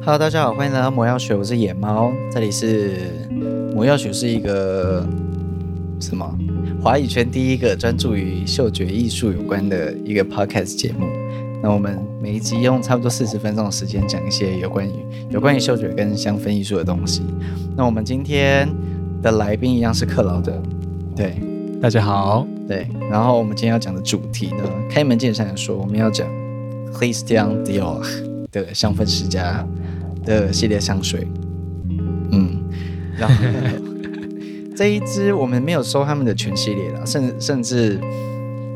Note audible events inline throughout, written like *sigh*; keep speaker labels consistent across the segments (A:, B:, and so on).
A: Hello，大家好，欢迎来到魔药学，我是野猫，这里是魔药学是一个什么？华语圈第一个专注于嗅觉艺术有关的一个 podcast 节目。那我们每一集用差不多四十分钟的时间讲一些有关于有关于嗅觉跟香氛艺术的东西。那我们今天的来宾一样是克劳德，对
B: 大家好，
A: 对。然后我们今天要讲的主题呢，开门见山的说，我们要讲 Christian Dior 哦 *laughs* 的香氛世家的系列香水。嗯，然后这一支我们没有收他们的全系列了，甚甚至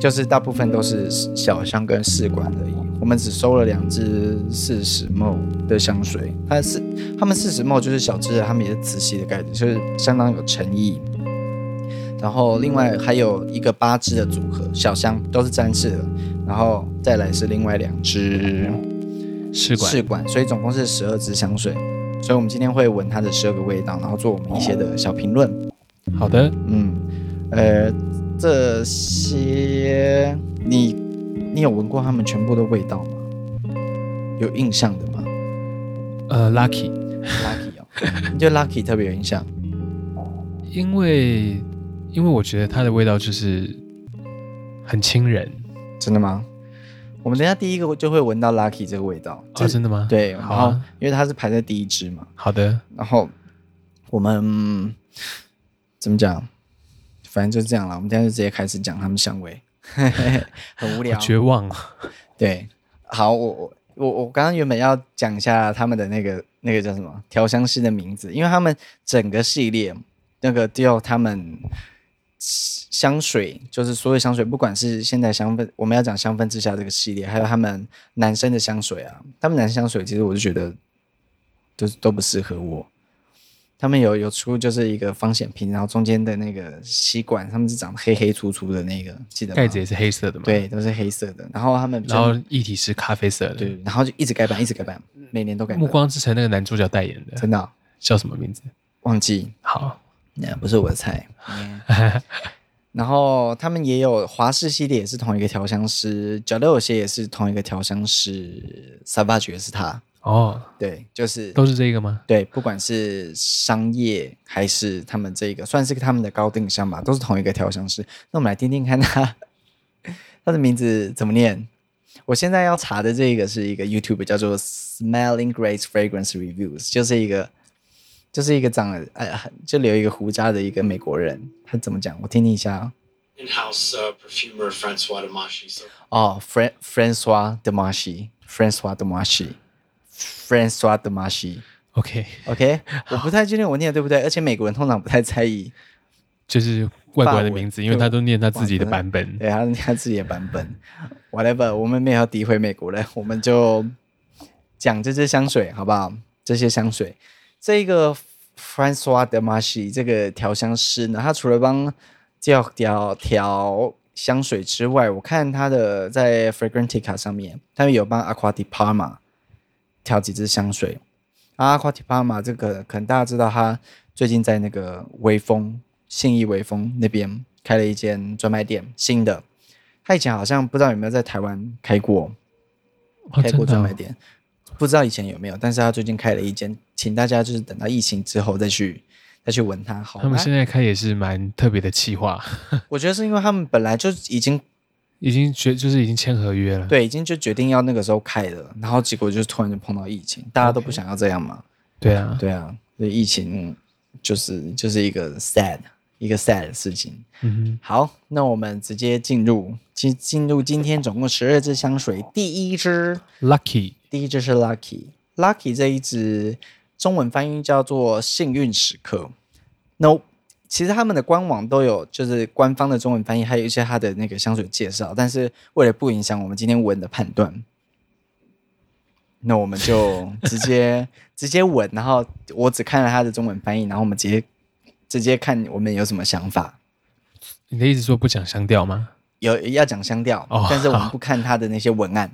A: 就是大部分都是小香跟试管而已。我们只收了两支四十 ml 的香水，它是他们四十 ml 就是小支的，他们也是磁吸的盖子，就是相当有诚意。然后另外还有一个八支的组合，小香都是沾式的，然后再来是另外两支
B: 试管
A: 试管，所以总共是十二支香水。所以我们今天会闻它的十二个味道，然后做我们一些的小评论。
B: 好的，
A: 嗯，呃，这些你你有闻过他们全部的味道吗？有印象的吗
B: 呃，Lucky，
A: ？Lucky 哦， *laughs* 你对 Lucky 特别有印象？
B: 因为因为我觉得它的味道就是很亲人
A: 真的吗？我们等一下第一个就会闻到 Lucky 这个味道，
B: 啊、哦，真的吗？，
A: 对，然
B: 好
A: 后
B: 啊，
A: 因为它是排在第一支嘛，
B: 好的，
A: 然后我们嗯怎么讲？反正就是这样了，我们等一下就直接开始讲他们香味， *laughs* 很无聊
B: 好。绝望啊，
A: 对，好，我我我我刚刚原本要讲一下他们的那个那个叫什么调香师的名字，因为他们整个系列那个 Dior 他们香水，就是所有香水，不管是现在香氛，我们要讲香氛之下这个系列，还有他们男生的香水啊，他们男生香水其实我就觉得都都不适合我。他们有有出就是一个方显瓶，然后中间的那个吸管，他们是长得黑黑粗粗的那个，记得吗
B: 盖子也是黑色的嘛，，
A: 啊对，都是黑色的。然后他们比较
B: 然后液体是咖啡色的，，
A: 对，然后就一直改版，一直改
B: *laughs*
A: 版，每年都改
B: 《
A: 版。
B: 暮光之城》那个男主角代言的，
A: 真的哦、
B: 叫什么名字？
A: 忘记，
B: 好，
A: 那、不是我的
B: *laughs*
A: 菜。然后他们也有华氏系列，也是同一个调香师；角六有些也是同一个调香师，三八爵是他。
B: 哦，
A: 对，就是
B: 都是这个吗？
A: 对，不管是商业还是他们这个，算是他们的高定香吧，都是同一个调香师。那我们来听听看他他的名字怎么念。我现在要查的这个是一个 YouTube 叫做 Smelling Great Fragrance Reviews，就是一个就是一个长得哎呀就留一个胡渣的一个美国人，他怎么讲？我听听一下哦。
C: in-house uh, perfumer Francois Damashi. So
A: 哦，Fran Francois de Marchi，Francois de Marchi，Francois de Marchi。
B: OK，
A: OK，我不太确定我念的对不对，而且美国人通常不太在意，
B: 就是外国人的
A: 法文
B: 名字，因为他都念他自己的
A: 法文
B: 版本。
A: 对他念他自己的版本。Whatever，我们没有要诋毁美国人，我们就讲这支香水好不好？这些香水，这个 Francois de Marchi 这个调香师呢，他除了帮调调调香水之外，我看他的在 Fragrantica 上面，他们有帮 Aqua di Parma 调几支香水。阿夸提帕玛这个，可能大家知道，他最近在那个微风信义微风那边开了一间专卖店，新的。他以前好像不知道有没有在台湾开过，
B: 哦，
A: 开
B: 真
A: 过
B: 的
A: 专
B: 哦
A: 卖店，不知道以前有没有，但是他最近开了一间，请大家就是等到疫情之后再去再去闻它，好
B: 他们
A: 吗？
B: 现在开也是蛮特别的企划，
A: 我觉得是因为他们本来就已经
B: 已经决就是已经签合约了。
A: 对已经就决定要那个时候开了，然后结果就是突然就碰到疫情，大家都不想要这样嘛。
B: 对啊，
A: *laughs* 对啊，所以疫情嗯就是就是一个 sad 一个 sad 的事情。
B: 嗯
A: 好，那我们直接进入进进入今天总共十二支香水，第一支
B: 哼，Lucky
A: 第一支是 Lucky Lucky 这一支中文翻译叫做幸运时刻。No，其实他们的官网都有，就是官方的中文翻译，还有一些它的那个香水介绍，但是为了不影响我们今天闻的判断。那我们就直接直接闻，然后我只看了它的中文翻译，然后我们直接直接看我们有什么想法。
B: 你的意思说不讲香调吗？
A: 有要讲香调，
B: 哦
A: 但是我们
B: 好
A: 不看它的那些文案，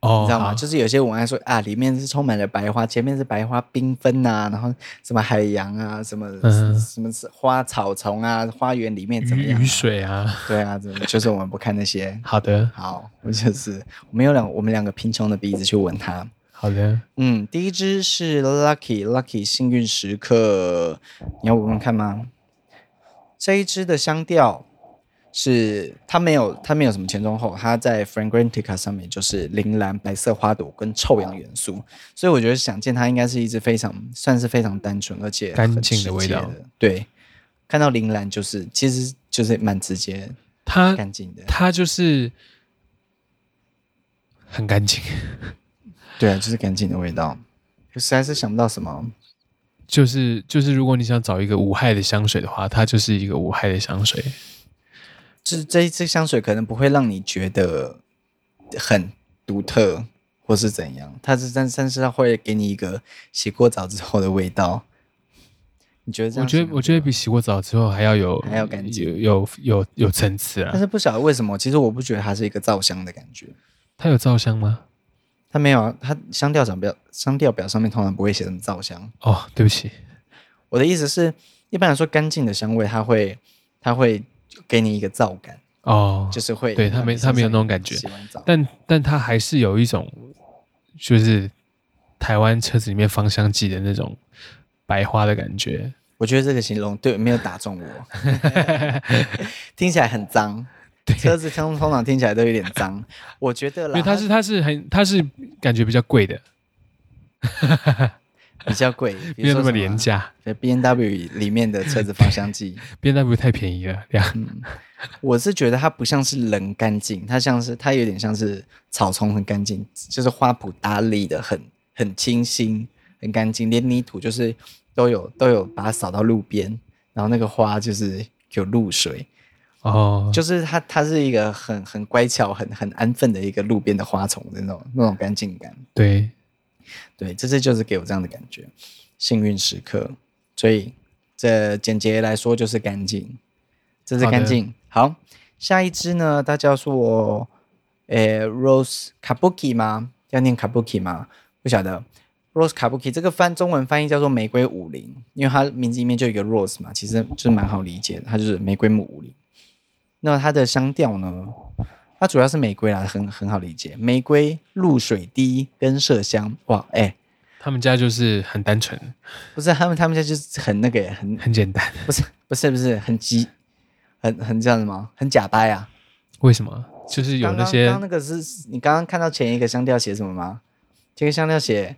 B: 哦，
A: 你知道吗？
B: 好
A: 就是有些文案说啊，里面是充满了白花，前面是白花缤纷呐，然后什么海洋啊，什么、
B: 嗯
A: 什么是花草丛啊，花园里面怎么
B: 雨
A: 样、
B: 雨，水啊，
A: 对啊，怎么就是我们不看那些。
B: 好的，
A: 好，我就是我们有两我们两个贫穷的鼻子去闻它。
B: 好的，
A: 嗯，第一支是 Lucky Lucky 幸运时刻，你要闻闻看吗？这一支的香调是它没有它没有什么前中后，它在 Fragrantica 上面就是铃兰、白色花朵跟臭氧元素，所以我觉得想见它应该是一支非常算是非常单纯而且很
B: 干净的味
A: 直接
B: 道。
A: 对，看到铃兰就是其实就是蛮直接
B: 它
A: 干净的，
B: 它就是很干净，
A: 对啊，就是干净的味道。我实在是想不到什么。
B: 就是就是如果你想找一个无害的香水的话，它就是一个无害的香水。
A: 就是这一支香水可能不会让你觉得很独特或是怎样，它是但但是它会给你一个洗过澡之后的味道。你觉得这
B: 我
A: 样
B: 觉
A: 形容对
B: 得
A: 吗？
B: 我觉得比洗过澡之后还要有
A: 还要干净
B: 有有有有层次
A: 但 *laughs*
B: 啊。
A: 是不晓得为什么，其实我不觉得它是一个皂香的感觉。
B: 它有皂香吗？
A: 它没有啊，它香调表香调表上面通常不会写什么皂香。
B: 哦，对不起，
A: 我的意思是，一般来说干净的香味，它会它会给你一个皂感，
B: 哦，
A: 就是会
B: 对它没它没有那种感觉
A: 洗完澡，
B: 但但它还是有一种，就是台湾车子里面芳香剂的那种白花的感觉。
A: 我觉得这个形容对没有打中我， *laughs* 听起来很脏。车子通通常听起来都有点
B: *laughs*
A: 脏，我觉得
B: 因
A: 啦，
B: 为它是它是很它是感觉比较贵的，
A: 比较
B: *laughs*
A: 贵，比如
B: 没有
A: 说
B: 那
A: 什
B: 么廉价。
A: B N W 里面的车子芳香
B: *laughs*
A: 剂，
B: B W 太便宜了，两、
A: 嗯我是觉得它不像是人干净，它像是它有点像是草丛很干净，就是花圃打理的很很清新、很干净，连泥土就是都有都有把它扫到路边，然后那个花就是有露水，
B: 哦，
A: 就是它，它是一个很很乖巧、很很安分的一个路边的花丛的那种那种干净感。
B: 对，
A: 对，这次就是给我这样的感觉，幸运时刻。所以这简洁来说就是干净，这是
B: 好的
A: 干净。好，下一支呢，大家说我，诶，Rose Kabuki 吗？要念 Kabuki 吗？不晓得。Rose Kabuki 这个翻中文翻译叫做玫瑰五零，因为它名字里面就有一个 Rose 嘛，其实就是蛮好理解的，它就是玫瑰木五零。那它的香调呢？它主要是玫瑰啦，很很好理解。玫瑰、露水滴跟麝香，哇，哎、
B: 他们家就是很单纯，
A: 不是他们，他们家就是很那个耶，很
B: 很简单。
A: 不是不是不是很急，很很这样什么，很假掰啊。
B: 为什么？就是有
A: 刚
B: 那
A: 刚
B: 些
A: 刚刚那个是你刚刚看到前一个香调写什么吗？这个香调写，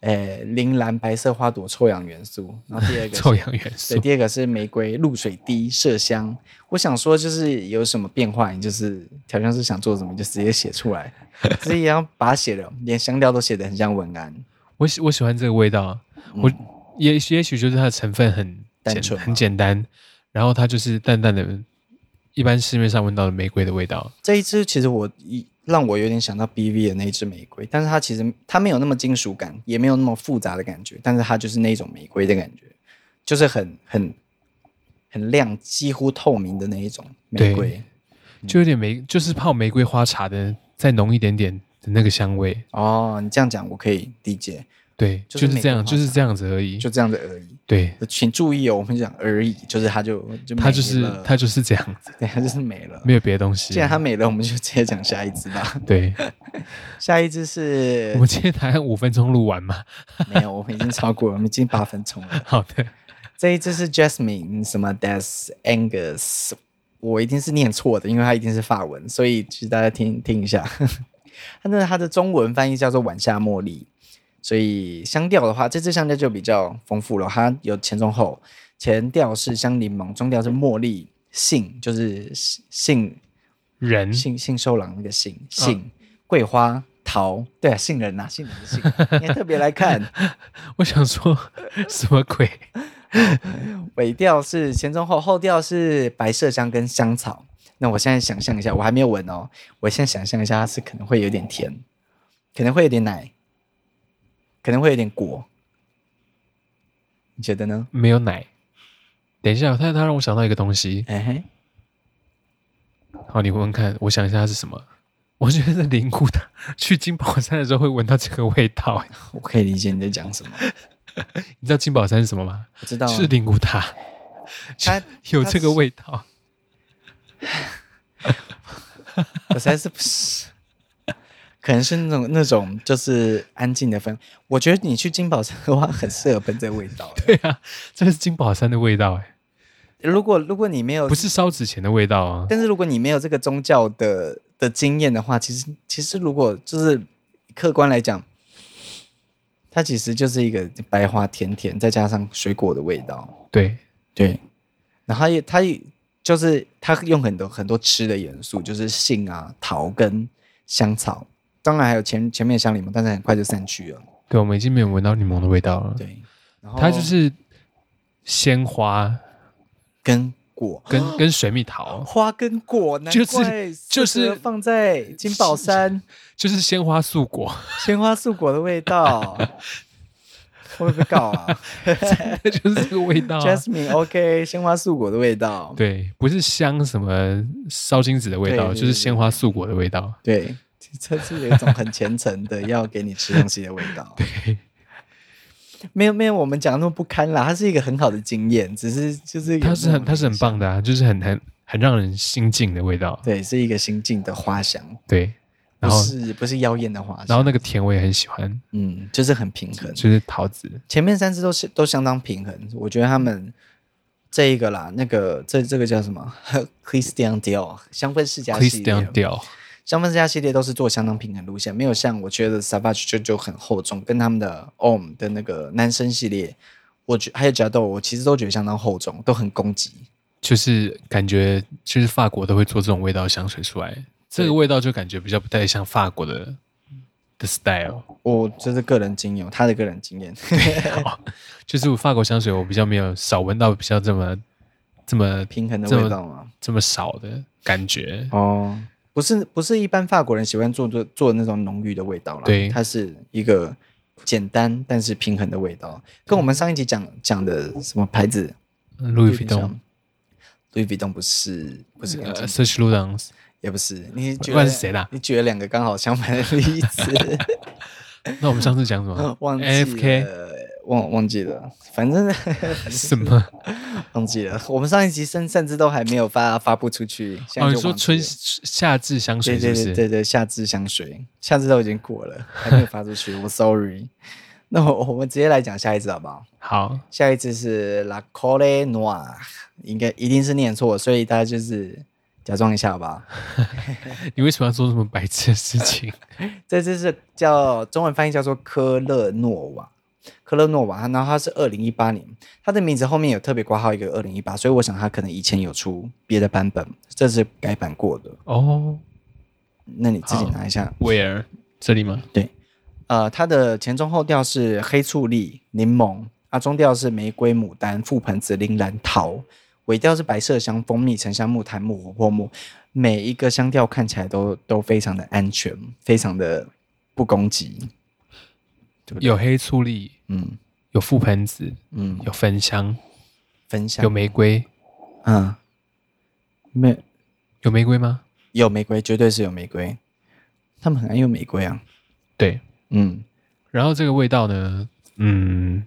A: 呃，铃兰、白色花朵、臭氧元素，然后第二个
B: *laughs* 臭
A: 是
B: 氧元素
A: 对，，第二个是玫瑰、露水滴、麝香。我想说，就是有什么变化，你就是调香师想做什么，你就直接写出
B: *laughs*
A: 来，直接要把它写的，连香调都写的很像文案。
B: 我喜我喜欢这个味道，啊我也许也许就是它的成分很
A: 嗯单
B: 简
A: 纯吗
B: 很简单，然后它就是淡淡的，一般市面上闻到的玫瑰的味道。
A: 这一支其实我一让我有点想到 BV 的那一支玫瑰，但是它其实它没有那么金属感，也没有那么复杂的感觉，但是它就是那种玫瑰的感觉，就是很很很亮，几乎透明的那一种玫瑰。
B: 就有点玫，就是泡玫瑰花茶的再浓一点点的那个香味。
A: 哦，你这样讲我可以理解，
B: 对，
A: 就
B: 就是是这样，
A: 玫瑰花茶
B: 就是这样子而已。
A: 就这样子而已。
B: 对，
A: 请注意哦，我们讲而已，就是它就就
B: 它就是
A: 没了
B: 它就是这样子，
A: *laughs* 对，它就是没了。
B: 没有别的东西
A: 既。然它没了，我们就直接讲下一支吧。
B: 对，
A: 下一支是
B: 我们今天才按五分钟录完嘛。 *laughs*
A: 没有，我们已经超过了，我们已经八分钟了。
B: 好的，
A: 这一只是 Jasmine 什么 Das Angus，我一定是念错的，因为它一定是法文，所以其实大家听听一下。 *laughs* 它那它的中文翻译叫做晚夏茉莉，所以香调的话，这支香调就比较丰富了，它有前中后，前调是香柠檬，中调是茉莉杏，就是杏
B: 人
A: 杏杏寿郎那个杏杏、桂花桃，对啊，杏仁啊，杏仁的杏，你还特别来看。
B: 我想说什么鬼？
A: 尾调是前中后，后调是白麝香跟香草。那我现在想象一下，我还没有闻哦，我现在想象一下，它是可能会有点甜，可能会有点奶，可能会有点果，你觉得呢？
B: 没有奶。等一下，它它让我想到一个东西。
A: 哎、嘿，
B: 好，你闻闻看，我想一下它是什么。我觉得灵骨塔 *laughs* 去金宝山的时候会闻到这个味道。欸
A: 我可以理解你在讲什么，
B: 你知道金宝山是什么吗？
A: 我知道啊、
B: 是灵骨塔，
A: 它
B: 有这个味道。
A: 我实在是不是。可能是那种那种就是安静的氛。我觉得你去金宝山的话，很适合喷这个味道。
B: *laughs* 对啊，这是金宝山的味道哎、
A: 如果如果你没有
B: 不，是烧纸钱的味道啊。
A: 但是如果你没有这个宗教的的经验的话，其实其实如果就是客观来讲，它其实就是一个白花甜甜，再加上水果的味道。
B: 对，
A: 对，然后他也他也就是他用很多很多吃的元素，就是杏啊、桃跟香草，当然还有前前面的香柠檬，但是很快就散去了。
B: 对，我们已经没有闻到柠檬的味道了。
A: 对，哦然后
B: 它就是鲜花
A: 跟果
B: 跟跟水蜜桃，
A: 花跟果，难
B: 就是
A: 怪
B: 就
A: 适合
B: 是
A: 放在金宝山
B: 就是鲜花素果， *laughs*
A: 鲜花素果的味道。会不会被告啊
B: 就是这个味道、 *laughs* 啊。
A: ？Jasmine OK，鲜花素果的味道。
B: 对，不是香什么烧金子的味道，啊
A: 对对
B: 就是鲜花素果的味道。啊
A: 对，这是有一种很虔诚的要给你吃东西的味道。
B: *laughs* 对，
A: 没有没有，我们讲得那么不堪啦，它是一个很好的经验，只是就是有
B: 它是
A: 那
B: 很
A: 种
B: 它是很棒的啊，就是很很很让人心境的味道。啊
A: 对，是一个新进的花香，
B: 对，
A: 不
B: 然后
A: 是不是妖艳的花
B: 然后
A: 香，
B: 那个甜我也很喜欢，
A: 嗯，就是很平衡。
B: 就是桃子。
A: 前面三支都是都相当平衡，我觉得他们这一个啦，那个这这个叫什么 *laughs* Christian Dior 香氛世家
B: c h r i
A: 系
B: s t i a
A: 列
B: n，调，
A: 香氛世家系列都是做相当平衡路线，没有像我觉得 Savage 就就很厚重，跟他们的 Om 的那个男生系列，我觉还有加豆，我其实都觉得相当厚重，都很攻击。
B: 就是感觉就是法国都会做这种味道的香水出来，这个味道就感觉比较不太像法国的的 style。
A: 我这是个人经验，他的个人经验。 *laughs*
B: 就是法国香水，我比较没有少闻到比较这么这么
A: 平衡的
B: 这么
A: 味道吗？
B: 这么少的感觉。
A: 哦，不是不是一般法国人喜欢做做做那种浓郁的味道啦，
B: 对
A: 它是一个简单但是平衡的味道，跟我们上一集讲讲的什么牌子
B: 路易菲东，，
A: 路易菲动不是不是钢琴，
B: 呃，Search l u d a n s
A: 也不是，你举
B: 不然
A: 了
B: 是谁啦
A: 你举了两个刚好相反的例
B: *laughs*
A: 子，
B: 那我们上次讲什么？
A: *laughs* 忘记
B: AFK
A: 了，忘忘记了，反正
B: 什么？
A: *laughs* 忘记了。我们上一集甚甚至都还没有发发布出去，现
B: 哦，
A: 在
B: 你
A: 就
B: 说
A: 忘记
B: 春
A: 了
B: 夏至香
A: 对
B: 水是
A: 对
B: 不
A: 对
B: 是？
A: 对对，夏至香水，夏至都已经过了，还没有发出去，我 sorry。那 *laughs* 我我们直接来讲下一支好不好？
B: 好，
A: 下一支是 La c o l e Noir，应该一定是念错，所以大家就是假装一下好不好？
B: 你为什么要做这么白痴的
A: *laughs*
B: 事情？
A: 这支是叫中文翻译叫做科勒诺瓦，科勒诺瓦，然后它是二零一八年，它的名字后面有特别挂号一个二零一八，所以我想它可能以前有出别的版本，这是改版过的。
B: 哦
A: 那你自己
B: 好
A: 拿一下。
B: ，Where 这里吗？
A: 呃，它的前中后调是黑醋栗、柠檬，啊，中调是玫瑰、牡丹、覆盆子、铃兰、桃，尾调是白麝香、蜂蜜、沉香木、檀木、琥珀木，每一个香调看起来都都非常的安全，非常的不攻击。
B: 有黑醋栗，
A: 嗯
B: 有覆盆子，
A: 嗯，
B: 有芬香，
A: 分享
B: 有玫瑰，
A: 嗯，没
B: 有玫瑰吗？
A: 有玫瑰，绝对是有玫瑰，他们很爱用玫瑰啊。
B: 对。
A: 嗯，
B: 然后这个味道呢，嗯，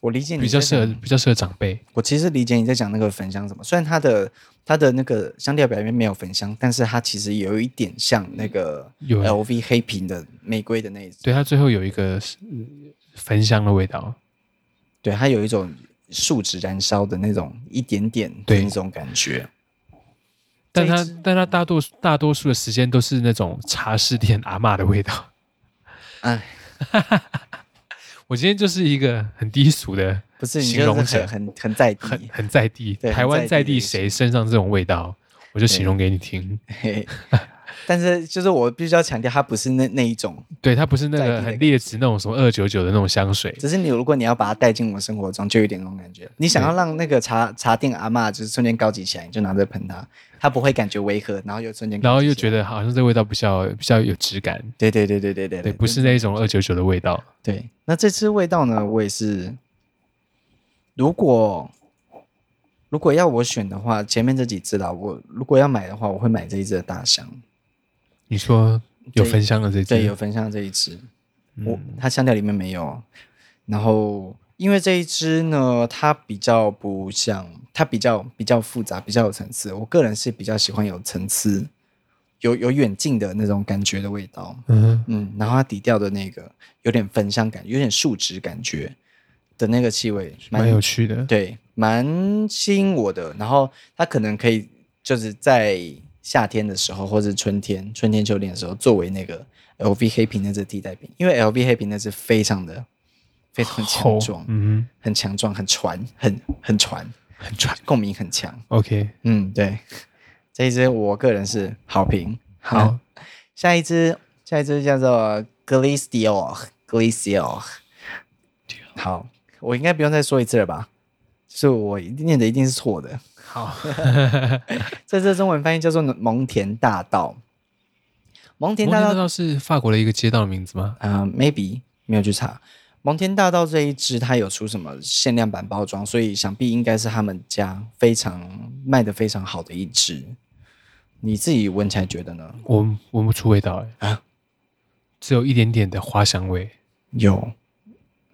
A: 我理解你
B: 比较
A: 在
B: 适合
A: 讲
B: 比较适合长辈。
A: 我其实理解你在讲那个焚香什么，虽然它的它的那个香调表面没有焚香，但是它其实有一点像那个
B: 有
A: LV 黑瓶的玫瑰的那一种，
B: 对，它最后有一个嗯焚香的味道。
A: 对，它有一种树脂燃烧的那种一点点的
B: 对
A: 那种感觉。
B: 但
A: 这一
B: 它
A: 支
B: 但它大多数大多数的时间都是那种茶室店阿嬷的味道。
A: 哎，
B: 我今天就是一个很低俗的，
A: 不是，你
B: 形容
A: 就是
B: 者
A: 很很很在 *laughs*
B: *laughs*
A: 地，
B: 很很在地，
A: 对很
B: 台湾
A: 在
B: 在
A: 地的
B: 地
A: 意思
B: 谁身上这种味道，我就形容给
A: *laughs*
B: 你听。
A: 嘿但是就是我必须要强调，它不是那那一种，
B: 对，它不是那
A: 在地的
B: 个
A: 感
B: 很
A: 觉
B: 劣质那种什么二九九的那种香水。
A: 只是你如果你要把它带进我生活中，就有点那种感觉。你想要让那个茶茶店阿嬷就是瞬间高级起来，你就拿着喷它，它不会感觉违和，然后又瞬间高级起来，
B: 然后又觉得好像这味道比较比较有质感，
A: 对对对对对对
B: 对，不是那种二九九的味道。
A: 对。那这次味道呢，我也是，如果如果要我选的话，前面这几支啦，我如果要买的话，我会买这一支的大香，
B: 你说
A: 对
B: 有焚香的这支，
A: 对，有分享这一支，我
B: 嗯
A: 它香调里面没有。然后因为这一支呢，它比较不像，它比较比较复杂，比较有层次。我个人是比较喜欢有层次、有有远近的那种感觉的味道。
B: 嗯
A: 嗯，然后它底调的那个有点焚香感，有点树脂感觉的那个气味，
B: 哼，蛮有趣的。
A: 对，蛮吸引我的。然后它可能可以就是在夏天的时候，或是春天、春天、秋天的时候，作为那个 LV 黑瓶那只替代品，因为 LV 黑瓶那只非常的非常强
B: 厚
A: 壮，
B: 嗯
A: 很强壮，很传，很很传，
B: 哼，很传。
A: 共鸣很强。
B: OK，
A: 嗯，对，这一支我个人是好评。
B: 好，
A: *laughs* 下一支，下一支叫做 Glicio，Glicio。好，我应该不用再说一次了吧？就是我念的一定是错的。
B: 好，
A: *laughs* 这支中文翻译叫做蒙田大道。蒙田
B: 蒙
A: 大
B: 田大
A: 道，
B: 道是法国的一个街道的名字吗？
A: 啊 m a y b e 没有去查。蒙田大道这一支它有出什么限量版包装，所以想必应该是他们家非常卖的非常好的一支。你自己闻起来觉得呢？
B: 我闻不出味道哎、
A: 啊
B: 只有一点点的花香味。
A: 有，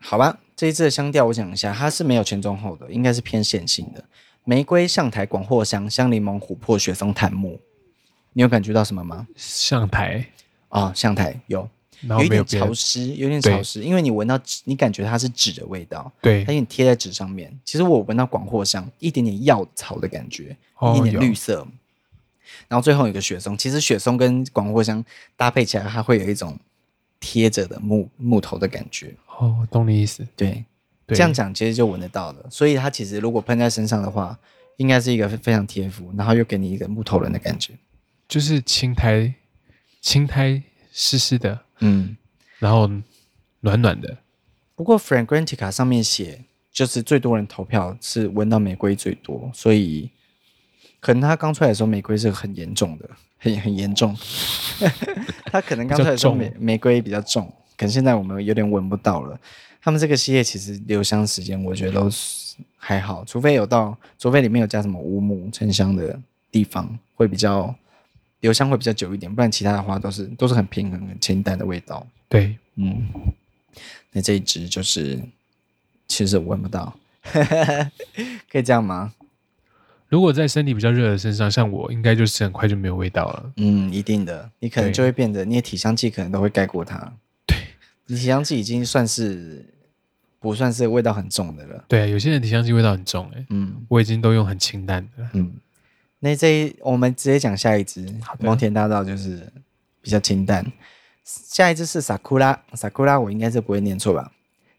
A: 好吧，这一次的香调我讲一下，它是没有前中后的，应该是偏线性的。玫瑰、象台、广藿香、香柠檬、琥珀、雪松、檀木，你有感觉到什么吗？
B: 上台，
A: 啊、象台有，
B: 然
A: 有
B: 后
A: 一
B: 没有
A: 点
B: 别的
A: 潮，湿，有点
B: 对
A: 潮湿，因为你闻到纸，你感觉它是纸的味道，它有
B: 对，
A: 点贴在纸上面。其实我闻到广藿香，一点点药草的感觉，
B: 哦
A: 一点
B: 有
A: 绿色，然后最后有一个雪松。其实雪松跟广藿香搭配起来，它会有一种贴着的木木头的感觉。
B: 哦，懂你意思。
A: 对，
B: 对
A: 这样讲其实就闻得到了。所以它其实如果喷在身上的话，应该是一个非常贴肤，然后又给你一个木头人的感觉。
B: 就是青苔，青苔湿湿的，
A: 嗯，
B: 然后暖暖的。
A: 不过 Fragrantica 上面写，就是最多人投票是闻到玫瑰最多，所以可能它刚出来的时候玫瑰是很严重的，很很严重。 *laughs* 它可能刚出来的时候
B: 比较
A: 玫
B: 重
A: 玫瑰比较重，可能现在我们有点闻不到了。他们这个系列其实留香时间我觉得都是还好，除非有到，除非里面有加什么乌木沉香的地方，会比较留香会比较久一点，不然其他的花都是都是很平衡、很清淡的味道。
B: 对，
A: 嗯，那这一支就是，其实我闻不到， *laughs* 可以这样吗？
B: 如果在身体比较热的身上，像我，应该就是很快就没有味道了。
A: 嗯，一定的，你可能
B: 对
A: 就会变得，你的体香剂可能都会盖过它。
B: 对，
A: 你体香剂已经算是不算是味道很重的了。
B: 对，有些人体香剂味道很重、欸，
A: 嗯
B: 我已经都用很清淡的了。
A: 嗯，那这一我们直接讲下一支
B: 的
A: 蒙田大道，就是比较清淡。下一支是萨库拉，萨库拉我应该是不会念错吧？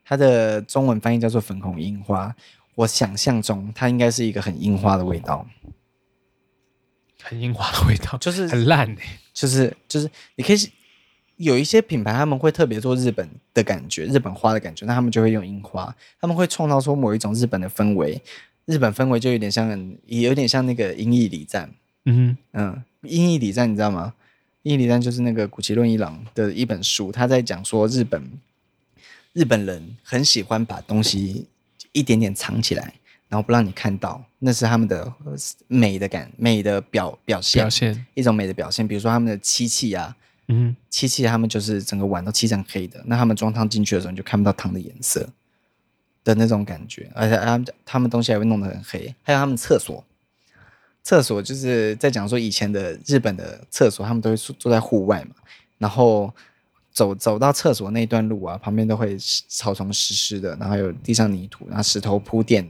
A: 它的中文翻译叫做粉红樱花。我想象中它应该是一个很樱花的味道。
B: 很樱花的味道，
A: 就是
B: 很烂哎、
A: 就是就是你可以有一些品牌他们会特别做日本的感觉，日本花的感觉，那他们就会用樱花，他们会创造出某一种日本的氛围，日本氛围就有点像也有点像那个英译礼赞，
B: 嗯
A: 嗯，英译礼赞你知道吗？英译礼赞就是那个古奇润一郎的一本书，他在讲说日本日本人很喜欢把东西一点点藏起来。然后不让你看到，那是他们的呃美的感、美的表表
B: 哼，
A: 现
B: 表。现，
A: 一种美的表现，比如说他们的漆器啊，
B: 嗯
A: 漆器他们就是整个碗都漆成黑的，那他们装汤进去的时候你就看不到汤的颜色的那种感觉，而且他们他们东西还会弄得很黑，还有他们厕所，厕所就是在讲说以前的日本的厕所，他们都会坐坐在户外嘛，然后走走到厕所那一段路啊，旁边都会湿草丛湿湿的，然后有地上泥土，然后石头铺垫。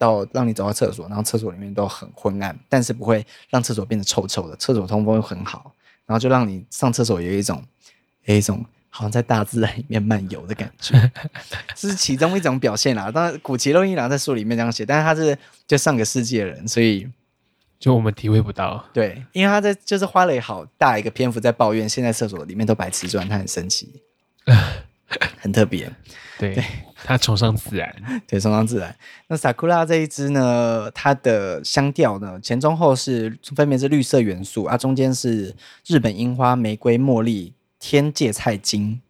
A: 到让你走到厕所，然后厕所里面都很昏暗，但是不会让厕所变得臭臭的，厕所通风又很好，然后就让你上厕所有一种有一种好像在大自然里面漫游的感觉，这是其中一种表现啦。当然，古奇洛伊郎在书里面这样写，但是他是就上个世纪的人，所以
B: 哼，就我们体会不到。
A: 对，因为他在就是花了好大一个篇幅在抱怨现在厕所里面都白瓷砖，他很生气，很特别。
B: 对，他崇尚自然，
A: 对，松冈自然。那萨库拉这一支呢，它的香调呢，前中后是分别是绿色元素啊，中间是日本樱花、玫瑰、茉莉、天芥菜精，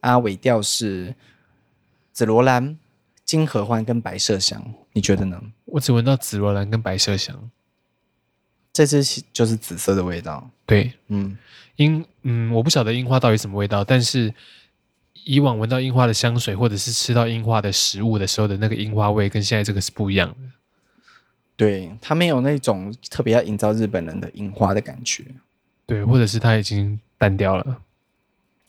A: 啊，尾调是紫罗兰、金合欢跟白麝香。你觉得呢？
B: 我只闻到紫罗兰跟白麝香。
A: 这支是就是紫色的味道，
B: 对，
A: 嗯，
B: 樱，嗯，我不晓得樱花到底什么味道，但是以往闻到樱花的香水，或者是吃到樱花的食物的时候的那个樱花味，跟现在这个是不一样的。
A: 对，它没有那种特别要营造日本人的樱花的感觉。
B: 对，或者是它已经淡掉了。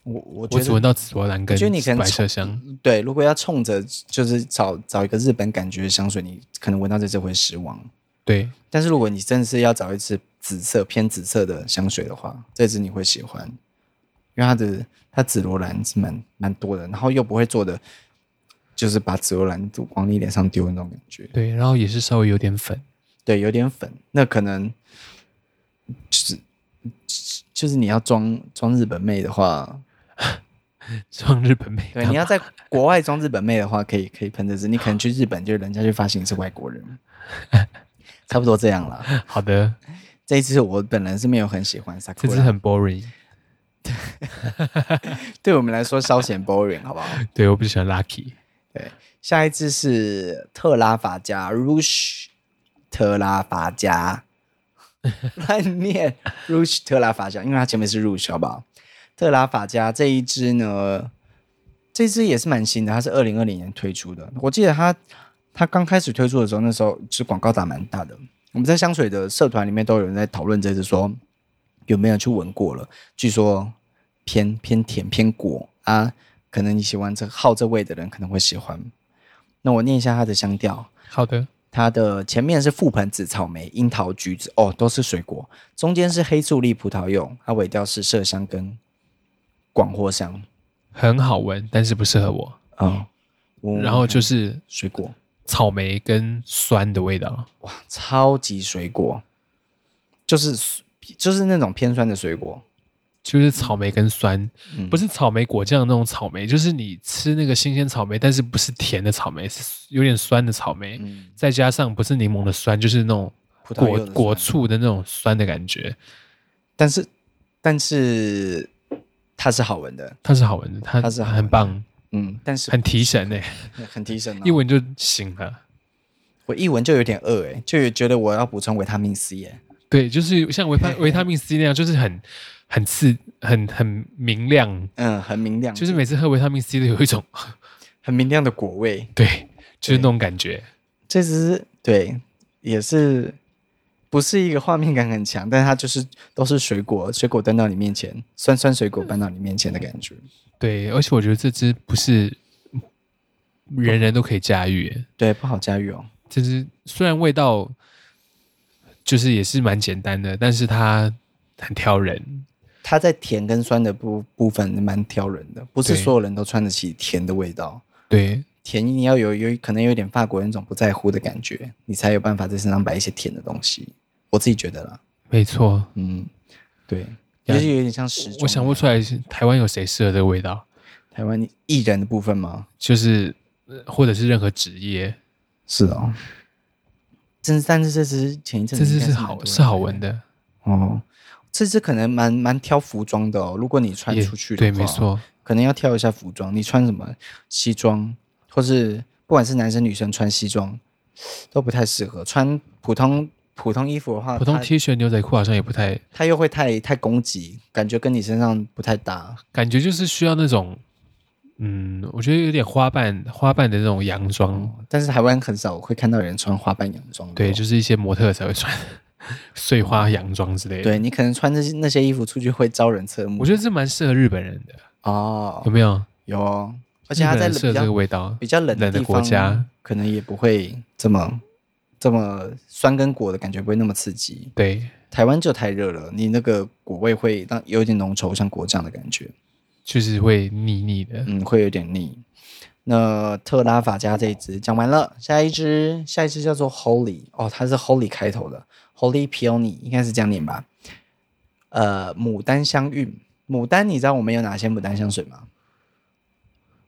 A: 我我觉
B: 我
A: 得
B: 只闻到紫罗兰跟
A: 我觉得你可能
B: 白麝香，
A: 对，如果要冲着就是找找一个日本感觉的香水，你可能闻到这次会失望。
B: 对，
A: 但是如果你真的是要找一支紫色偏紫色的香水的话，这支你会喜欢，因为它的它紫罗兰是蛮蛮多的，然后又不会做的就是把紫罗兰都往你脸上丢的那种感觉，
B: 对，然后也是稍微有点粉，
A: 对，有点粉，那可能就是就是你要装装日本妹的话，
B: 像日本美
A: 对，你要在国外装日本妹的话，可以可以喷这支，你可能去日本就人家就发现你是外国
B: *laughs*
A: 人，差不多这样啦。*laughs*
B: 好的，
A: 这一支我本人是没有很喜欢，萨
B: 这
A: 克
B: 只很 boring。
A: 对我们来说稍显 boring，好不好？
B: 对，我不喜欢 Lucky。
A: 对，下一支是特拉法加 Rush 特拉法加，乱念 Rush 特拉法加，因为它前面是 Rush，好不好？特拉法加这一支呢，这支也是蛮新的，它是二零二零年推出的。我记得它它刚开始推出的时候，那时候是广告打蛮大的。我们在香水的社团里面都有人在讨论这支，说有没有去闻过了？据说偏偏甜偏果啊，可能你喜欢这好这味的人可能会喜欢。那我念一下它的香调，
B: 好的，
A: 它的前面是覆盆子、草莓、樱桃、橘子，哦，都是水果。中间是黑醋栗、葡萄柚，它尾调是麝香跟广藿香。
B: 很好闻，但是不适合我。
A: 嗯，我
B: 然后就是
A: 水果，
B: 草莓跟酸的味道，
A: 哇，超级水果，就是就是那种偏酸的水果。
B: 就是草莓跟酸，
A: 嗯
B: 不是草莓果酱那种草莓，就是你吃那个新鲜草莓，但是不是甜的草莓，是有点酸的草莓，
A: 嗯，
B: 再加上不是柠檬的酸，就是那种
A: 葡萄柚
B: 果
A: 的
B: 果
A: 酸
B: 醋的那种酸的感觉，
A: 但是但是它是好闻的，
B: 它是好闻的，它
A: 它是好闻的
B: 很棒，
A: 嗯，但是
B: 很提神诶、
A: 很提神、哦。
B: 一闻就醒了。
A: 我一闻就有点饿，哎，就觉得我要补充维他命 C 欸耶。
B: 对，就是像维他维他命 C 那样，就是很很刺、很很明亮，
A: 嗯，很明亮，
B: 就是每次喝维他命 C 都有一种。
A: 很明亮的果味
B: 对，就是那种感觉。
A: 这只是对，也是不是一个画面感很强，但它就是都是水果，水果端到你面前，酸酸水果搬到你面前的感觉。
B: 对，而且我觉得这支不是人人都可以驾驭耶，
A: 对，不好驾驭哦。
B: 这支虽然味道就是也是蛮简单的，但是它很挑人。
A: 它在甜跟酸的部部分蛮挑人的，不是
B: 对
A: 所有人都穿得起甜的味道。
B: 对，
A: 甜你要有有可能有点法国人那种不在乎的感觉，你才有办法在身上摆一些甜的东西。我自己觉得啦，
B: 没错，
A: 嗯，对，
B: 呀
A: 就是有点像时钟。
B: 我想不出来是台湾有谁适合这个味道，
A: 台湾艺人的部分吗？
B: 就是呃或者是任何职业，
A: 是哦，真但是这支前一阵
B: 这
A: 子应
B: 支
A: 该
B: 是
A: 蛮
B: 好
A: 多
B: 是好闻
A: 的
B: 的，
A: 哦。这支可能蛮蛮挑服装的哦，如果你穿
B: 也
A: 出去的
B: 对，
A: 话
B: 没，错，
A: 可能要挑一下服装。你穿什么西装，或是不管是男生女生穿西装都不太适合，穿普通普通衣服的话，
B: 普通
A: 它
B: T 恤牛仔裤好像也不太，
A: 它又会太太攻击，感觉跟你身上不太搭。
B: 感觉就是需要那种，嗯，我觉得有点花瓣花瓣的那种洋装，
A: 但是台湾很少会看到有人穿花瓣洋装的哦，
B: 对，就是一些模特才会穿 *laughs* 碎花洋装之类的。，
A: 对你可能穿这些那些衣服出去会招人侧目。
B: 我觉得这蛮适合日本人的，
A: 哦
B: 有，没有？
A: 有哦，而
B: 而
A: 且它在
B: 适
A: 比
B: 合这个
A: 较
B: 味道，
A: 比较冷的
B: 冷的
A: 地
B: 国
A: 方，
B: 家。
A: 可能也不会这么这么酸跟果的感觉不会那么刺激。
B: 对，
A: 台湾就太热了，你那个果味会让有点浓稠，像果酱的感觉，
B: 就是会腻腻的。
A: 嗯，会有点腻。那特拉法加这一支讲完了，下一支下一支叫做 Holy 哦，它是 Holy 开头的 Holy Peony 应该是这样念吧？呃，牡丹香韵，牡丹你知道我们有哪些牡丹香水
B: *laughs*
A: 吗？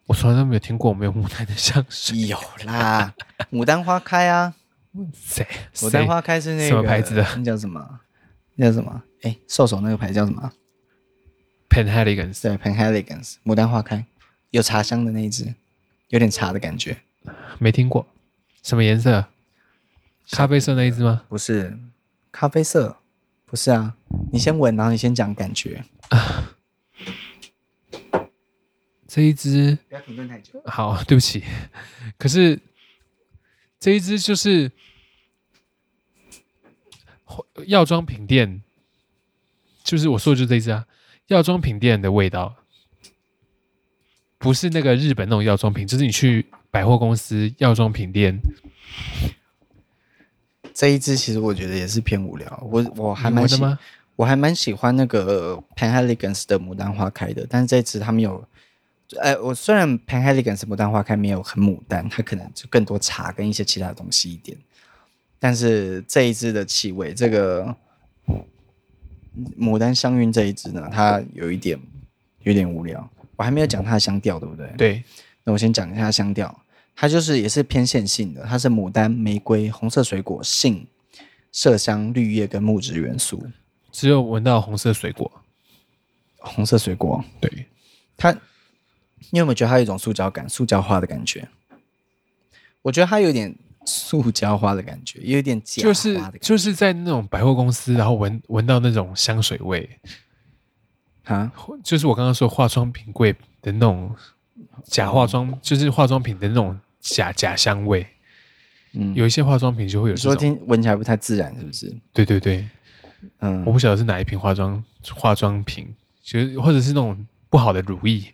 B: 我从来都没有听过没有牡丹的香水，
A: 有啦，牡丹花开啊，
B: 谁？
A: 牡丹
B: 谁
A: 花开是那个
B: 什么牌子的？
A: 那叫什么？那叫什么？哎，兽首那个牌子叫什么？
B: ？Penhaligans
A: 对，Penhaligans，牡丹花开，有茶香的那一支，有点茶的感觉。
B: 没听过，什么颜色？咖啡色那一只吗？
A: 不是咖啡色，不是啊。你先闻，然后你先讲感觉。
B: 这一只
A: 不要停顿太久。
B: 好， *laughs* 对不起。可是这一支就是药妆品店就是我说的就是这一支啊，药妆品店的味道，不是那个日本那种药妆品，就是你去百货公司药妆品店，
A: 这一支其实我觉得也是偏无聊，我我哦还
B: 你
A: 蛮
B: 闻的
A: 喜，
B: 吗？
A: 我还蛮喜欢那个 Panhellens 的牡丹花开的，但是这次他们有，呃，我虽然 Panhellens 牡丹花开没有很牡丹，它可能就更多茶跟一些其他东西一点，但是这一支的气味，这个牡丹香韵这一支呢，它有一点有点无聊，我还没有讲它的香调，对不对？对
B: 对，
A: 那我先讲一下香调，它就是也是偏线性的，它是牡丹、玫瑰、红色水果、杏、麝香、绿叶跟木质元素。
B: 只有闻到红色水果，
A: 红色水果，
B: 对，
A: 它你有没有觉得它有一种塑胶感、塑胶花的感觉？我觉得它有点塑胶花的感觉，也有点假
B: 就是
A: 花的感觉
B: 就是在那种百货公司，然后闻闻到那种香水味，
A: 啊。
B: 就是我刚刚说化妆品柜的那种假化妆，就是化妆品的那种假假香味。
A: 嗯
B: 有一些化妆品就会有
A: 你
B: 这
A: 说
B: 种，
A: 听闻起来不太自然，是不是？
B: 对对对，
A: 嗯
B: 我，不晓得是哪一瓶化妆化妆品，就是或者是那种不好的乳液，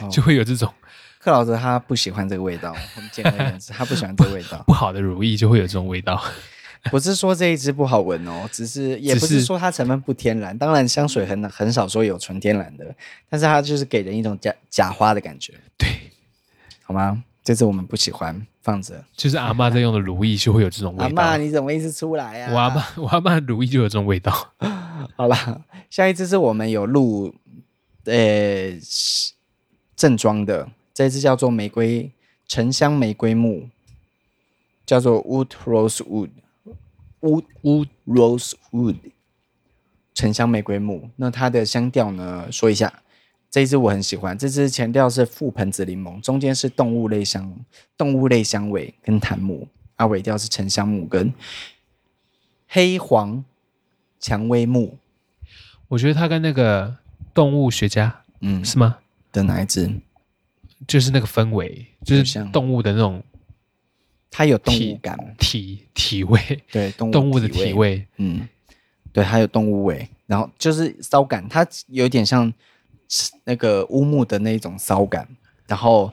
A: 哦
B: 就会有这种
A: 克劳德他不喜欢这个味道，我们简而言之，他不喜欢这个味道。
B: 不好的乳液就会有这种味道。
A: 不是说这一支不好闻哦，只是也
B: 只
A: 不是
B: 是
A: 说它成分不天然，当然香水很很少说有纯天然的，但是它就是给人一种假假花的感觉，
B: 对，
A: 好吗？这次我们不喜欢，放着。
B: 就是阿嬷在用的乳液就会有这种
A: 阿
B: 味道。
A: 妈，你怎么一直出来啊呀、
B: 我阿嬷我阿嬷的乳液就有这种味道。
A: 好啦，下一支是我们有录，呃，正装的，这一支叫做玫瑰沉香玫瑰木，叫做 Wood Rose Wood Wood Wood Rose Wood 沉香玫瑰木。那它的香调呢，说一下，这一支我很喜欢，这支前调是覆盆子柠檬，中间是动物类香动物类香味跟檀木，啊尾调是沉香木跟黑黄蔷薇木。
B: 我觉得它跟那个动物学家
A: 嗯
B: 是吗？
A: 的哪一支？
B: 就是那个氛围，就
A: 很
B: 是
A: 像
B: 动物的那种
A: 它有动物
B: 体
A: 感，
B: 体体味，
A: 对动物
B: 动物的
A: 体
B: 体味。
A: 嗯，对，它有动物味，然后就是骚感，它有点像那个乌木的那种骚感，然后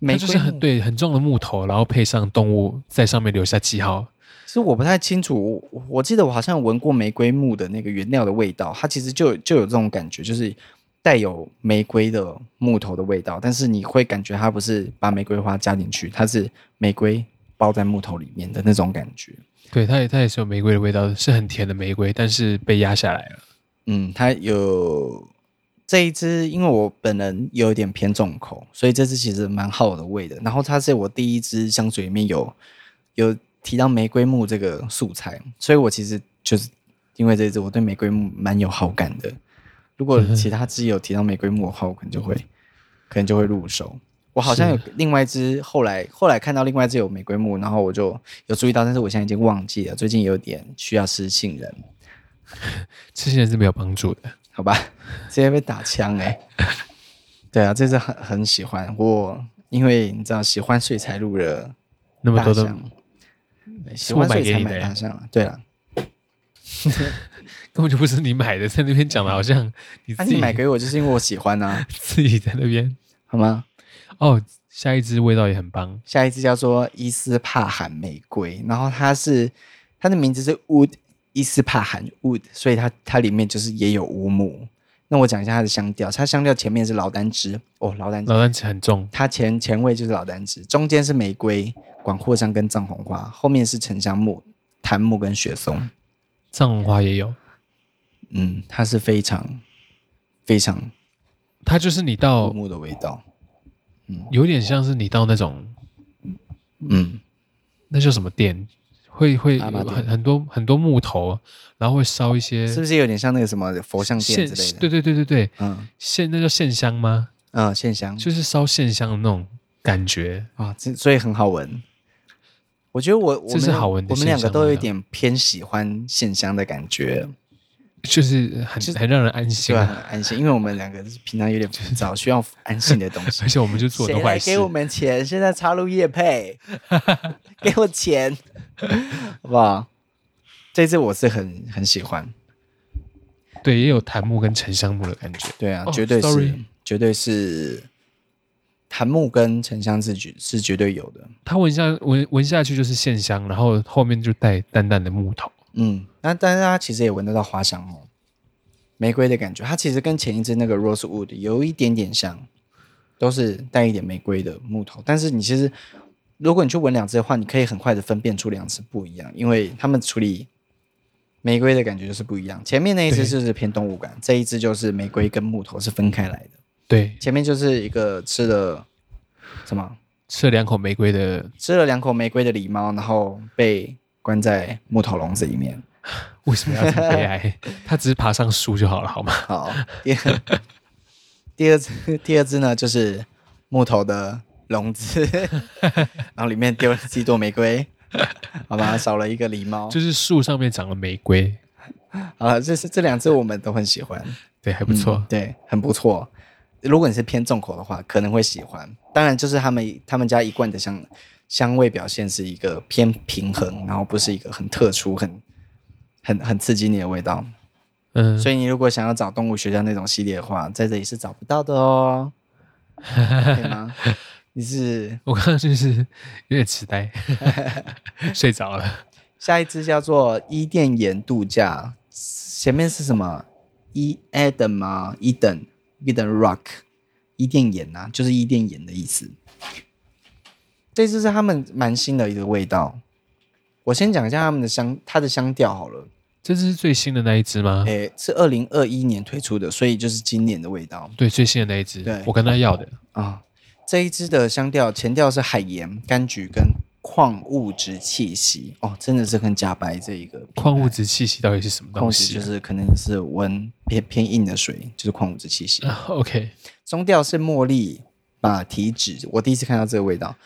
A: 玫瑰
B: 它就是很
A: 木，
B: 对很重的木头，然后配上动物在上面留下记号。
A: 其实我不太清楚，我我记得我好像闻过玫瑰木的那个原料的味道，它其实就就有这种感觉，就是。带有玫瑰的木头的味道，但是你会感觉它不是把玫瑰花加进去，它是玫瑰包在木头里面的那种感觉。
B: 对，它也它也是有玫瑰的味道，是很甜的玫瑰，但是被压下来了。
A: 嗯，它有这一支，因为我本人有点偏重口，所以这支其实蛮好我的味的。然后它是我第一支香水里面有有提到玫瑰木这个素材，所以我其实就是因为这支，我对玫瑰木蛮有好感的。如果其他支有提到玫瑰木的话，我可能就会可能就会入手。我好像有另外一支，后来后来看到另外一支有玫瑰木，然后我就有注意到，但是我现在已经忘记了。最近有点需要吃杏仁，
B: 吃杏仁是没有帮助的。
A: 好吧， *laughs* 直接被打枪哎、
B: *laughs*
A: 对啊，这次很很喜欢我，因为你知道喜欢睡才入了
B: 那么
A: 大
B: 多的
A: 象，对喜
B: 是我
A: 欢
B: 买
A: 睡
B: 给
A: 才
B: 你的
A: 买
B: 欸
A: 大象了。对啊了，
B: *laughs* 根本就不是你买的，在那边讲的好
A: *laughs*
B: 像你
A: 那、
B: 自
A: 啊你
B: 己、
A: 买给我就是因为我喜欢啊，*laughs*
B: *laughs* 自己在那边。
A: 好吗？
B: 哦，下一支味道也很棒，
A: 下一支叫做伊斯帕罕玫瑰，然后它是它的名字是 Wood 伊斯帕罕 Wood，所以它它里面就是也有乌木。那我讲一下它的香调，它香调前面是劳丹枝哦，劳丹枝
B: 老丹子很重，
A: 它前前味就是老丹子，中间是玫瑰、广藿香跟藏红花，后面是沉香木、檀木跟雪松。
B: 藏红花也有。
A: 嗯，它是非常非常
B: 它就是你
A: 古
B: 到
A: 木的味道。
B: 有点像是你到那种
A: 嗯，
B: 那叫什么店，会会
A: 阿嬷店
B: 很很多很多木头，然后会烧一些
A: 是不是有点像那个什么佛像
B: 线
A: 店之类的？
B: 对对对对对，
A: 嗯
B: 线那叫线香吗？
A: 嗯，线香
B: 就是烧线香的那种感觉。
A: 啊，这所以很好闻。我觉得我我
B: 这是
A: 们
B: 好闻的
A: 我们两个
B: 线香
A: 都有
B: 味
A: 一
B: 道
A: 点偏喜欢线香的感觉，
B: 就是很
A: 就是
B: 很让人安心
A: 对吧？很
B: 啊。
A: 安心，因为我们两个平常有点浮躁，需要安心的东西
B: *laughs* 而。且我们就做很
A: 谁
B: 多
A: 来
B: 坏事
A: 给，我们钱？现在插入叶配，
B: *laughs*
A: 给我钱，好不好？这次我是很很喜欢。
B: 对，也有檀木跟沉香木的感觉。
A: 对啊，
B: 哦
A: 绝对是
B: sorry
A: 绝对是檀木跟沉香是绝是绝对有的。
B: 它闻下闻闻下去就是线香，然后后面就带淡淡的木头。
A: 嗯，那但是它其实也闻得到花香哦，玫瑰的感觉。它其实跟前一支那个 Rosewood 有一点点像，都是带一点玫瑰的木头。但是你其实如果你去闻两支的话，你可以很快的分辨出两支不一样，因为他们处理玫瑰的感觉就是不一样。前面那一支
B: 对
A: 就是偏动物感，这一支就是玫瑰跟木头是分开来的。
B: 对，
A: 前面就是一个吃了什么？
B: 吃了两口玫瑰的，
A: 吃了两口玫瑰的狸猫，然后被关在木头笼子里面。
B: 为什么要这么悲哀？ *laughs* 它只是爬上树就好了，好吗？ *laughs*
A: 好，第二 *laughs* 第二只第二只呢，就是木头的笼
B: *laughs*
A: 子， *laughs* 然后里面丢了几朵玫瑰，好吧，少了一个狸猫。
B: 就是树上面长了玫瑰，
A: 好了，这是这两只我们都很喜欢，
B: 对，还不错。
A: 嗯对，很不错。如果你是偏重口的话，可能会喜欢。当然，就是他们他们家一贯的香香味表现是一个偏平衡，然后不是一个很特殊、很很很刺激你的味道。
B: 嗯，
A: 所以你如果想要找动物学家那种系列的话，在这里是找不到的哦，可以吗？你是
B: 我刚刚就是有点痴呆， *laughs* 睡着了。
A: 下一只叫做伊甸园度假，前面是什么？伊 Eden 吗？Eden Eden Rock 伊甸园啊，就是伊甸园的意思。这只是他们蛮新的一个味道。我先讲一下他们的香，它的香调好了。
B: 这只是最新的那一只吗？
A: 诶、是二零二一年推出的，所以就是今年的味道。
B: 对，最新的那一只
A: 对，
B: 我跟他要的。
A: 啊、这一支的香调前调是海盐、柑橘跟矿物质气息哦，真的是很假白这一个
B: 矿物质气息到底是什么
A: 矿物
B: 东
A: 质
B: 西
A: 就
B: 啊、
A: 是可能是温偏偏硬的水，就是矿物质气息。
B: 啊 OK，
A: 中调是茉莉、马蹄脂，我第一次看到这个味道，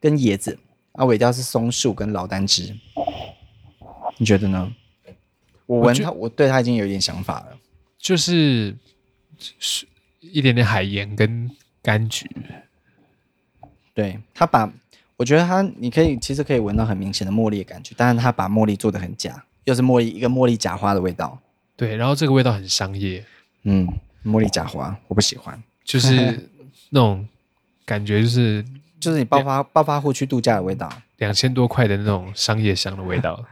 A: 跟椰子。啊，尾调是松树跟劳丹脂，你觉得呢？我闻
B: 觉
A: 它，我对它已经有一点想法了。
B: 就是是一点点海盐跟柑橘，
A: 对它把，我觉得它你可以其实可以闻到很明显的茉莉的感觉，但是它把茉莉做的很假，又是茉莉一个茉莉假花的味道。
B: 对，然后这个味道很商业，
A: 嗯，茉莉假花我不喜欢，
B: 就是
A: *laughs*
B: 那种感觉就是
A: 就是你暴发暴发户去度假的味道。
B: 两千多块的那种商业香的味道。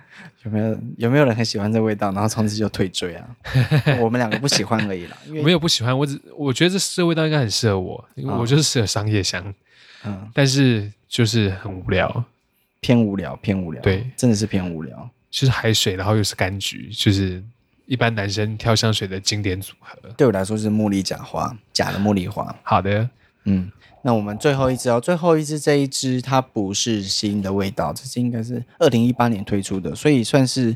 A: 有没有有没有人很喜欢这味道，然后从此就退追啊？ *laughs* 我们两个不喜欢而已啦，因为
B: 没有不喜欢，我只我觉得这这味道应该很适合我，因为
A: 啊
B: 我就是适合商业香，
A: 嗯
B: 但是就是很无聊，
A: 偏无聊，偏无聊，
B: 对，
A: 真的是偏无聊。
B: 就是海水，然后又是柑橘，就是一般男生挑香水的经典组合。
A: 对我来说是茉莉假花，假的茉莉花。
B: 好的，
A: 嗯，那我们最后一支哦，最后一支这一支它不是新的味道，这支应该是二零一八年推出的，所以算是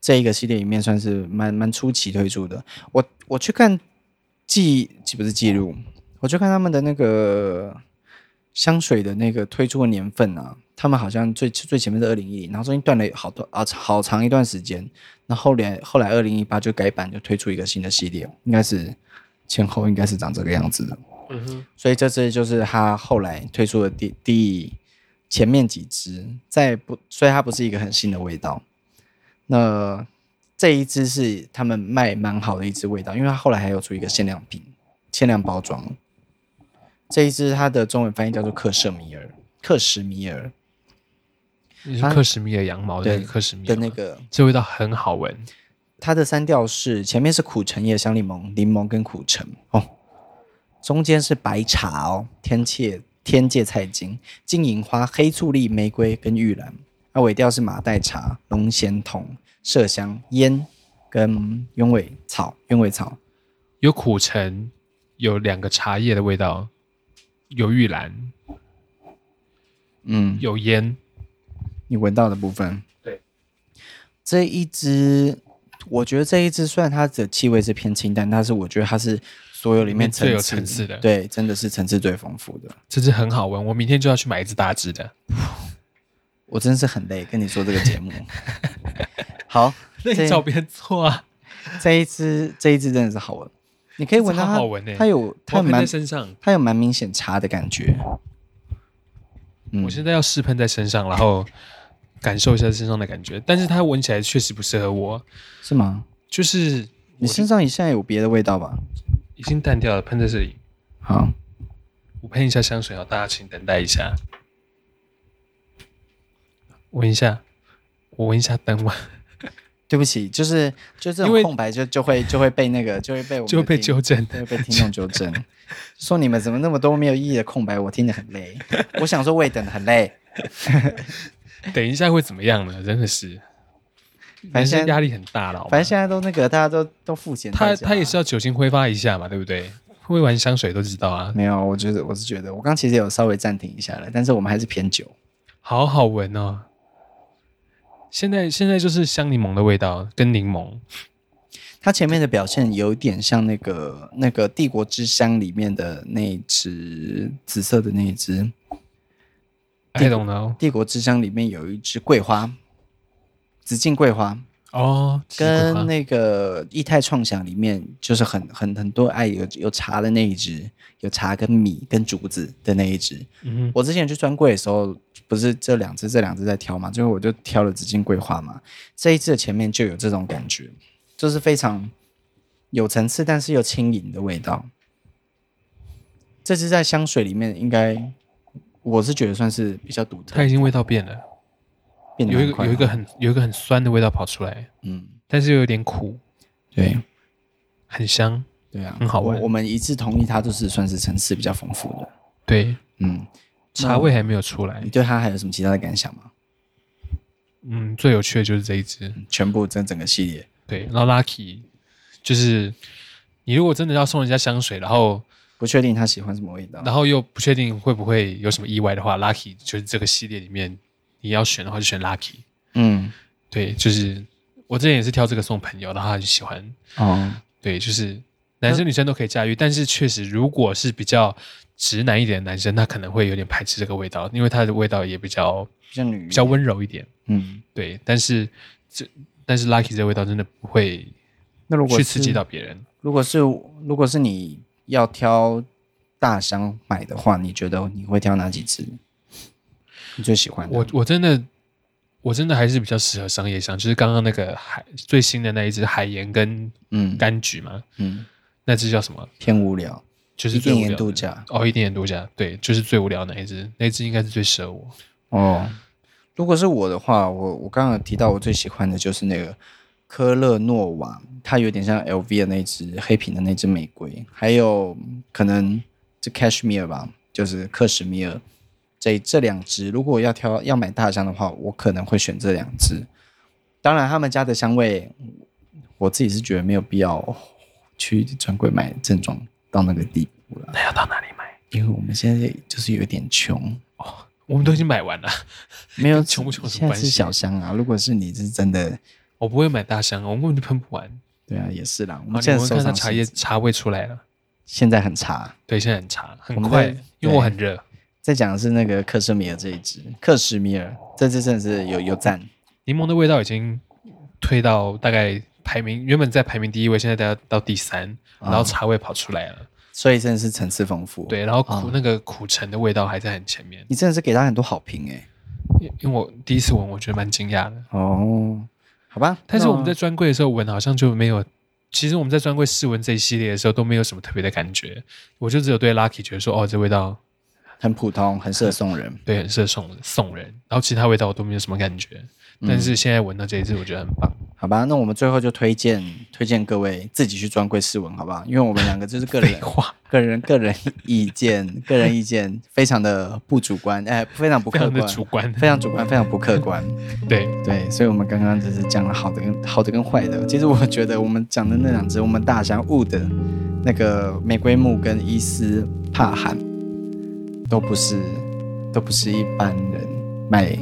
A: 这一个系列里面算是蛮蛮初期推出的。我我去看记记不是记录，我去看他们的那个香水的那个推出的年份啊，他们好像最最前面是二零一零，然后中间断了好多啊好长一段时间，那后来后来二零一八就改版，就推出一个新的系列，应该是前后应该是长这个样子的。
B: 嗯哼，
A: 所以这支就是他后来推出的第第前面几支，在不，所以它不是一个很新的味道。那这一支是他们卖蛮好的一支味道，因为它后来还有出一个限量品、限量包装。这一支它的中文翻译叫做克什米尔，克什米尔
B: 你是
A: 它
B: 克什米尔羊毛的那
A: 对
B: 个克什米
A: 的
B: 尔
A: 那
B: 吗
A: 个
B: 这味道很好闻，
A: 它的三调是前面是苦橙叶、香柠檬、柠檬跟苦橙哦，中间是白茶哦，天界天界菜茎、金银花、黑醋栗、玫瑰跟玉兰，那尾调是马黛茶、龙涎筒、麝香、烟跟鸢尾草、鸢尾草。
B: 有苦橙，有两个茶叶的味道，有玉兰，
A: 嗯，
B: 有烟，
A: 你闻到的部分。
B: 对，
A: 这一支，我觉得这一支虽然它的气味是偏清淡，但是我觉得它是所有里面
B: 最有
A: 层
B: 层次的
A: 对，真的是层次最丰富的。
B: 这支很好闻，我明天就要去买一支大支的。
A: 我真是很累，跟你说这个节目。 *laughs* 好，
B: *laughs* 那
A: 这
B: 你找别人做啊，
A: 这一支这一支真的是好闻，你可以闻到它，
B: 这好闻欸
A: 它有它有
B: 我喷
A: 蛮
B: 在身上。
A: 它有蛮明显茶的感觉。嗯
B: 我现在要试喷在身上，然后感受一下身上的感觉。但是它闻起来确实不适合我，
A: 是吗？
B: 就是
A: 你身上现在有别的味道吧？
B: 已经淡掉了，喷在这里。
A: 好，
B: 我喷一下香水啊，大家请等待一下。闻一下，我闻一下灯味，
A: 对不起，就是就这
B: 因
A: 种
B: 为
A: 空白就就会就会被那个就会被我们
B: 就被
A: 的听
B: 纠正。
A: *laughs* 对被听众纠正，说你们怎么那么多没有意义的空白，我听得很累。我想说我也等得很累，
B: 等一下会怎么样呢？真的是，
A: 反正
B: 人
A: 现
B: 生
A: 在
B: 压力很大了。好吗
A: 反正现在都那个大家都都付钱在
B: 他
A: 家啊。
B: 他也是要酒精挥发一下嘛，对不对？会玩香水都知道啊，
A: 没有，我觉得我是觉得我刚其实有稍微暂停一下了，但是我们还是偏久。
B: 好好闻哦。现在现在就是香柠檬的味道跟柠檬，
A: 它前面的表现有点像那个那个《帝国之香》里面的那一只紫色的那一只，《
B: I don't know
A: 帝国之香》里面有一只桂花，紫荆桂花，
B: 哦，奇怪
A: 跟那个《异态创想》里面就是很很很多爱有有茶的那一只，有茶跟米跟竹子的那一只。
B: 嗯哼
A: 我之前去专柜的时候，不是这两只这两只在挑嘛，最后我就挑了紫荆桂花嘛。这一只的前面就有这种感觉，就是非常有层次，但是又轻盈的味道。这只在香水里面应该，我是觉得算是比较独特
B: 它，已经味道变了，
A: 变得
B: 有一
A: 很
B: 个
A: 快
B: 有一个
A: 嘛
B: 很有一个很酸的味道跑出来，
A: 嗯，
B: 但是又有点苦，
A: 对
B: 很香。
A: 对啊，
B: 很好闻
A: 我我们一致同意，它就是算是层次比较丰富的。
B: 对，
A: 嗯，
B: 茶味还没有出来
A: 你。对它还有什么其他的感想吗？
B: 嗯，最有趣的就是这一支。
A: 全部这整个系列，
B: 对，然后 Lucky 就是你如果真的要送人家香水，然后
A: 不确定他喜欢什么味道。
B: 然后又不确定会不会有什么意外的话，Lucky 就是这个系列里面你要选的话就选 Lucky。
A: 嗯，
B: 对，就是我之前也是挑这个送朋友，然后他很喜欢。
A: 哦，
B: 对，就是男生女生都可以驾驭，但是确实如果是比较直男一点的男生，他可能会有点排斥这个味道，因为它的味道也比较
A: 比较女，
B: 比较，温柔一点。
A: 嗯。
B: 对，但是这但是 Lucky 这个味道真的不会
A: 那如果
B: 去
A: 是
B: 刺激到别人。
A: 如果是如果是你要挑大箱买的话，你觉得你会挑哪几支？你最喜欢的？
B: 我我真的我真的还是比较适合商业香，就是刚刚那个海最新的那一只海盐跟
A: 嗯
B: 柑橘嘛，
A: 嗯，
B: 那只叫什么？
A: 偏无聊，
B: 就是
A: 一
B: 最
A: 定
B: 无聊
A: 盐
B: 的
A: 度假
B: 哦，一定盐度假，对，就是最无聊的那一只，那一只应该是最适合我。
A: 哦。如果是我的话，我我刚刚有提到我最喜欢的就是那个科勒诺瓦，它有点像 LV 的那只黑瓶的那只玫瑰，还有嗯可能这 Cashmere 吧，就是克什米尔这这两只。如果要挑要买大箱的话，我可能会选这两只。当然，他们家的香味，我自己是觉得没有必要去专柜买正装到那个地步了，
B: 那要到哪里买？
A: 因为我们现在就是有点穷。
B: 我们都已经买完了，
A: 没有
B: 跟哎穷不穷有什
A: 现
B: 么
A: 在
B: 关系
A: 是小香啊。如果是你是真的，
B: 我不会买大箱，我根本就喷不完。
A: 对啊，也是啦。我
B: 好，
A: 们
B: 你
A: 现在
B: 们
A: 手
B: 看它
A: 上
B: 茶
A: 是
B: 叶茶味出来了，
A: 现在很差。
B: 对，现在很茶，很
A: 我们
B: 快
A: 在，
B: 因为我很热。
A: 再讲的是那个克什米尔这一支，克什米尔这支真的是有有赞，
B: 柠檬的味道已经退到大概排名原本在排名第一位，现在大家到第三，然
A: 啊
B: 后茶味跑出来了，
A: 所以真的是层次丰富。，
B: 对，然后苦、
A: 哦
B: 那个苦橙的味道还在很前面，
A: 你真的是给他很多好评哎、
B: 因因为我第一次闻，我觉得蛮惊讶的。
A: 哦，好吧，
B: 但是我们在
A: 那
B: 专柜的时候闻，好像就没有。其实我们在专柜试闻这一系列的时候都没有什么特别的感觉，我就只有对 Lucky 觉得说，哦，这味道
A: 很普通，很适合送人。
B: 对很适合送送人，然后其他味道我都没有什么感觉。
A: 嗯
B: 但是现在闻到这一支，我觉得很
A: *laughs*
B: 棒，
A: 好吧，那我们最后就推荐推荐各位自己去专柜试闻，好不好？因为我们两个就是个人
B: 废话，
A: 个人个人意见，个人意见非常的不主观，哎、非常不
B: 非
A: 客
B: 常的
A: 观，
B: 主观。
A: 非常主观，非常不客观。
B: 对，
A: *laughs* 对，所以我们刚刚只是讲了好的跟好的跟坏的。其实我觉得我们讲的那两只，我们大祥雾的那个玫瑰木跟伊斯帕罕，都不是都不是一般人买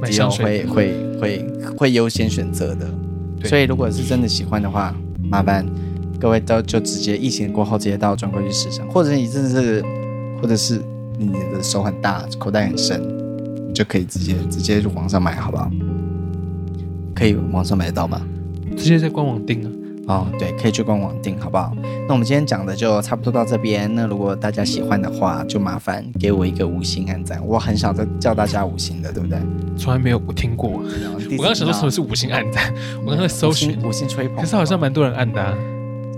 B: 买
A: 迪奥
B: 香水
A: 会会会会优先选择的。
B: 对
A: 所以如果是真的喜欢的话，麻烦各位都就直接疫情过后直接到专柜去试香，或者你真的是，或者是你的手很大，口袋很深，你就可以直接直接就网上买，好不好？可以网上买得到吗？
B: 直接在官网订啊。
A: 哦，对，可以去官网订，好不好？那我们今天讲的就差不多到这边。那如果大家喜欢的话，就麻烦给我一个五星按赞。我很少再叫大家五星的，对
B: *laughs*
A: 不对？
B: 从来没有听过。啊我
A: 然后第一次
B: 刚刚
A: 听
B: 想说什
A: 到
B: 么是五星暗
A: *laughs*
B: 赞，我刚刚在搜
A: 五
B: 寻
A: 星，五星吹捧，
B: 可是好像蛮多人按的、啊，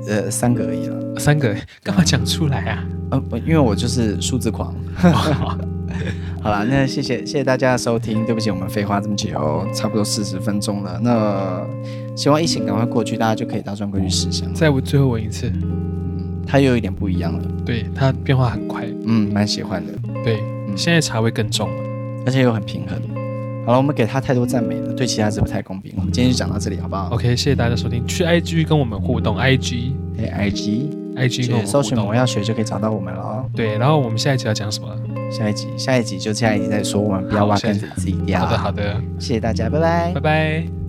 A: 呃三个而已了。
B: 三个，干嘛讲出来啊？
A: 呃，不因为我就是数字
B: *laughs*
A: 狂。好啦，那谢谢谢谢大家的收听，对不起，我们废话这么久，差不多四十分钟了。那希望疫情赶快过去，大家就可以到专柜去试香了。
B: 再我最后闻一次，
A: 它又有一点不一样了，
B: 对它变化很快，
A: 嗯，蛮喜欢的，
B: 对，现在茶味更重了。
A: 而且又很平衡。好了，我们给它太多赞美了，对其他人不太公平。我们今天就讲到这里，好不好
B: OK，谢谢大家收听，去 IG 跟我们互动，IG
A: ？A I G，
B: IG 跟我们
A: 搜
B: 互
A: 寻我们
B: 动。
A: 要学就可以找到我们了哦。
B: 对，然后我们下一集要讲什么？
A: 下一集，下一集就下一集再说，我们不要
B: 好
A: 挖
B: 下一
A: 坑
B: 集
A: 给自己掉。
B: 好的，好的，
A: 谢谢大家，拜拜
B: 拜。拜。